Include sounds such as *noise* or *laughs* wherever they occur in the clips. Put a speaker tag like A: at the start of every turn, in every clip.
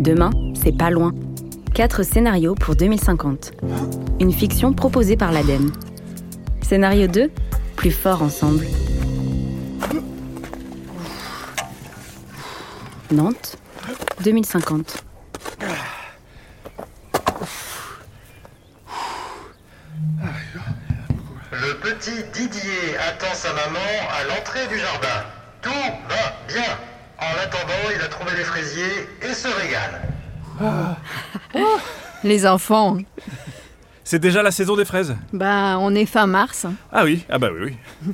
A: Demain, c'est pas loin. Quatre scénarios pour 2050. Une fiction proposée par l'ADEME. Scénario 2, plus fort ensemble. Nantes, 2050.
B: Le petit Didier attend sa maman à l'entrée du jardin. Tout va bien. En attendant, il a trouvé les fraisiers et se régale.
C: Les enfants,
D: C'est déjà la saison des fraises.
C: bah on est fin mars.
D: Ah oui, ah bah oui, oui.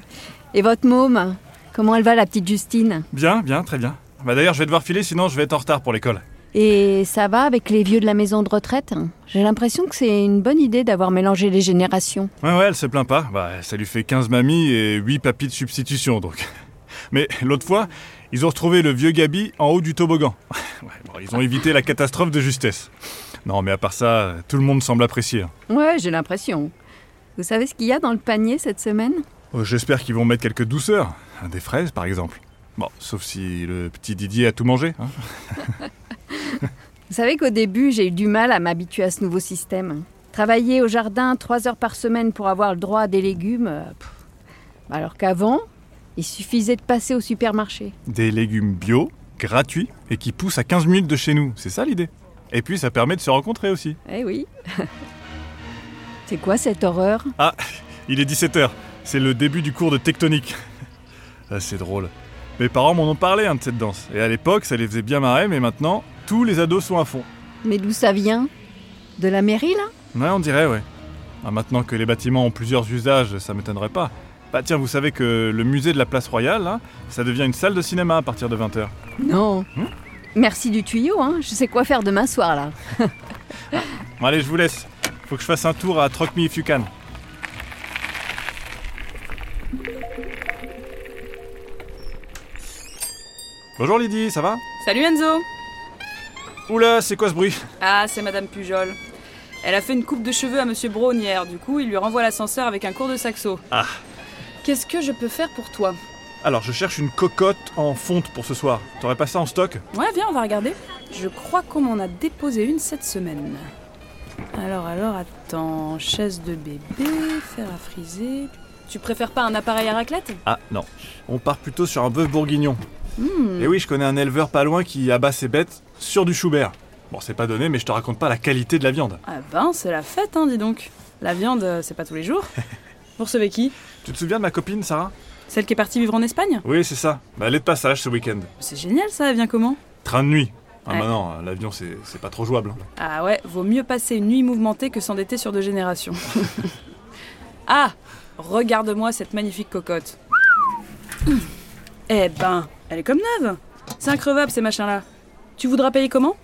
C: Et votre môme Comment elle va la petite Justine
D: Bien, bien, très bien. Bah d'ailleurs, je vais devoir filer, sinon je vais être en retard pour l'école.
C: Et ça va avec les vieux de la maison de retraite J'ai l'impression que c'est une bonne idée d'avoir mélangé les générations.
D: Ouais, ouais, elle se plaint pas. Bah, ça lui fait 15 mamies et 8 papis de substitution, donc. *laughs* Mais l'autre fois, ils ont retrouvé le vieux Gabi en haut du toboggan. *laughs* Ouais, bon, ils ont évité la catastrophe de justesse. Non, mais à part ça, tout le monde semble apprécier. hein.
C: Ouais, j'ai l'impression. Vous savez ce qu'il y a dans le panier cette semaine
D: Euh, J'espère qu'ils vont mettre quelques douceurs. Des fraises, par exemple. Bon, sauf si le petit Didier a tout mangé. hein.
C: Vous savez qu'au début, j'ai eu du mal à m'habituer à ce nouveau système. Travailler au jardin trois heures par semaine pour avoir le droit à des légumes, euh, pff. alors qu'avant, il suffisait de passer au supermarché.
D: Des légumes bio, gratuits, et qui poussent à 15 minutes de chez nous. C'est ça l'idée. Et puis, ça permet de se rencontrer aussi.
C: Eh oui. *laughs* C'est quoi cette horreur
D: Il est 17h, c'est le début du cours de tectonique. *laughs* Ah, c'est drôle. Mes parents m'en ont parlé hein, de cette danse. Et à l'époque, ça les faisait bien marrer, mais maintenant, tous les ados sont à fond.
C: Mais d'où ça vient De la mairie, là
D: Ouais, on dirait, ouais. Ah, maintenant que les bâtiments ont plusieurs usages, ça m'étonnerait pas. Bah tiens, vous savez que le musée de la Place Royale, là, ça devient une salle de cinéma à partir de 20h.
C: Non.
D: Hmm
C: Merci du tuyau, hein. je sais quoi faire demain soir, là.
D: Bon, allez, je vous laisse. Faut que je fasse un tour à Troc Me If You Can. Bonjour Lydie, ça va
E: Salut Enzo
D: Oula, c'est quoi ce bruit
E: Ah, c'est Madame Pujol. Elle a fait une coupe de cheveux à Monsieur Braun hier, du coup, il lui renvoie l'ascenseur avec un cours de saxo.
D: Ah.
E: Qu'est-ce que je peux faire pour toi
D: Alors, je cherche une cocotte en fonte pour ce soir. T'aurais pas ça en stock
E: Ouais, viens, on va regarder. Je crois qu'on m'en a déposé une cette semaine. Alors, alors, attends. Chaise de bébé, fer à friser. Tu préfères pas un appareil à raclette
D: Ah non. On part plutôt sur un bœuf bourguignon.
E: Hmm.
D: Et oui, je connais un éleveur pas loin qui abat ses bêtes sur du Schubert. Bon, c'est pas donné, mais je te raconte pas la qualité de la viande.
E: Ah ben, c'est la fête, hein, dis donc. La viande, euh, c'est pas tous les jours. Vous recevez qui
D: Tu te souviens de ma copine, Sarah
E: Celle qui est partie vivre en Espagne
D: Oui, c'est ça. Bah, elle est de passage ce week-end.
E: C'est génial ça, elle vient comment
D: Train de nuit. Ah
E: Ouais.
D: bah non, l'avion, c'est c'est pas trop jouable. hein.
E: Ah ouais, vaut mieux passer une nuit mouvementée que s'endetter sur deux générations. *laughs* ah Regarde-moi cette magnifique cocotte. Hum. Eh ben, elle est comme neuve C'est increvable ces machins-là. Tu voudras payer comment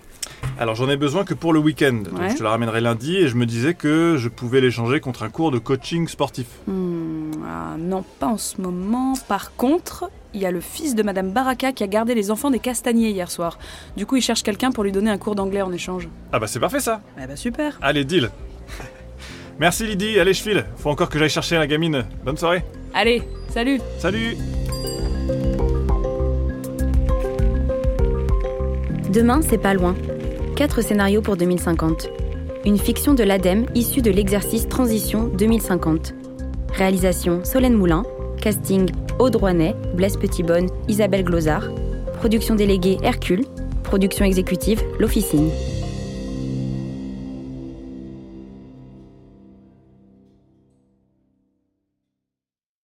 D: Alors, j'en ai besoin que pour le week-end. Donc,
E: Ouais.
D: je te la ramènerai lundi et je me disais que je pouvais l'échanger contre un cours de coaching sportif.
E: Hmm, ah Non, pas en ce moment. Par contre, il y a le fils de Madame Baraka qui a gardé les enfants des castaniers hier soir. Du coup, il cherche quelqu'un pour lui donner un cours d'anglais en échange.
D: Ah bah, c'est parfait ça
E: Eh ben super
D: Allez, deal.
E: *laughs*
D: Merci Lydie, allez, je file. Faut encore que j'aille chercher la gamine. Bonne soirée.
E: Allez, salut
D: Salut
A: Demain, c'est pas loin. Quatre scénarios pour 2050. Une fiction de l'ADEME issue de l'exercice Transition 2050. Réalisation Solène Moulin. Casting Aude Rouanet, Blaise Petitbonne, Isabelle Glosard. Production déléguée Hercule. Production exécutive L'Officine.